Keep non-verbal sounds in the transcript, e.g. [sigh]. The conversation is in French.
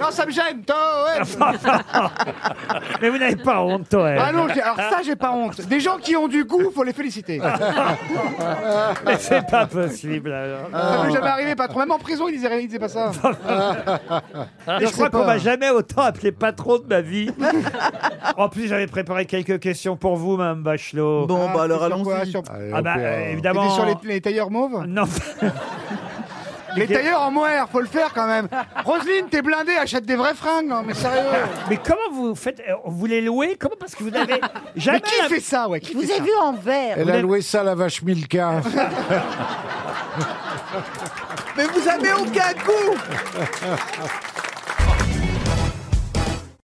Non, ça me gêne. toi, ouais. Mais vous n'avez pas honte, Toen. Ah non, j'ai- alors ça, j'ai pas honte. Des gens qui ont du goût, faut les féliciter. [laughs] Mais c'est pas possible, Ah. alors. Ça m'est jamais arrivé, patron. Même en prison, ils disaient, ils disaient pas ça. Ah, Et je crois qu'on m'a jamais autant appelé patron de ma vie. en plus, j'avais préparé quelques questions pour vous, Mme Bachelot. Bon, bah alors Sur quoi, allons-y. sur- Ah bah, euh, évidemment... C'était sur les, les tailleurs mauves Non, [laughs] Les tailleurs en mohair, faut le faire quand même. Roselyne, t'es blindée, achète des vrais fringues, non, mais sérieux. mais comment vous faites euh, Vous les louez Comment Parce que vous n'avez jamais... [laughs] Mais qui la- fait ça, ouais qui Vous fait avez ça vu en vert. Elle a loué ça à la vache Milka. Mais vous avez aucun goût